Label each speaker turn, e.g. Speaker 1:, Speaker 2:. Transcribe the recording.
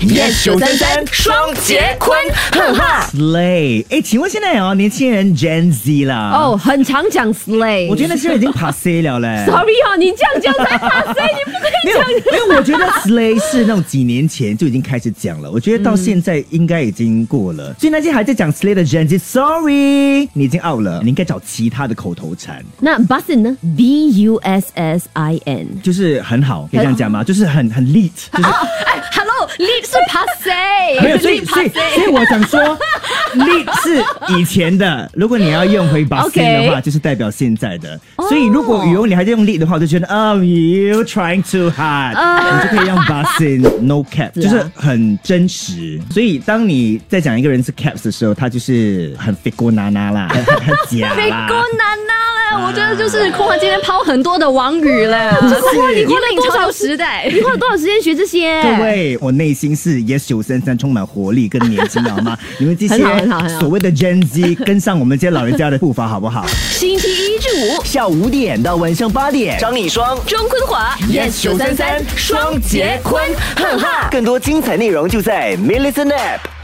Speaker 1: yes 九三三双节棍，哈哈。
Speaker 2: Slay，哎，请问现在哦，年轻人 Gen Z 啦，
Speaker 1: 哦，很常讲 slay。
Speaker 2: 啊我觉得那些人已经 passé 了 嘞。
Speaker 1: Sorry 哦，你这样讲才 passé，你不可
Speaker 2: 没
Speaker 1: 以
Speaker 2: 有
Speaker 1: 讲。，
Speaker 2: 因为我觉得 slay 是那种几年前就已经开始讲了，我觉得到现在应该已经过 了。所以那些还在讲 slay 的人，sorry，你已经 out
Speaker 1: 嗯
Speaker 2: 了，你应该找其他的口头禅，
Speaker 1: 那 bussin 呢？B U S S I N。
Speaker 2: 就是很好，可以这样讲吗？就是很很 lit，就是
Speaker 1: 哎，Hello，力是 passé，
Speaker 2: 没有，所以所以所以我想 说 lit 是以前的，如果你要用回 b a s i n 的话
Speaker 1: OK
Speaker 2: 就是代表现在的。
Speaker 1: 哦
Speaker 2: 所以如果语文你还在用 lit 的话，我就觉得啊、oh, you trying too hard，、
Speaker 1: 啊
Speaker 2: 你就可以用 b a s i n no cap，
Speaker 1: 是啊
Speaker 2: 就是很真实。所以当你在讲一个人是 caps 的时候，他就是很 f i g u r n a n a 啦，很很很假
Speaker 1: 美
Speaker 2: 啦。
Speaker 1: 国难呐
Speaker 3: 啊
Speaker 1: 嘞，我觉得就是空华今天抛很多的网语 嘞，
Speaker 2: 是
Speaker 1: 你过了多少
Speaker 3: 时代？
Speaker 1: 你花了多少时间学这些？
Speaker 2: 各位，我内心是 yes 九三三充满活力跟年 轻的，好吗？你们这些
Speaker 1: 很好很好很好
Speaker 2: 所谓的 Gen Z 跟上我们这些老人家的步伐，好不好？
Speaker 3: 星期一至五，
Speaker 2: 下午五点到晚上八点，
Speaker 4: 张一双
Speaker 3: 钟坤华
Speaker 1: Yes 933
Speaker 3: 双节棍，哈哈。
Speaker 4: 更多精彩内容就在 m i l l i c e n App。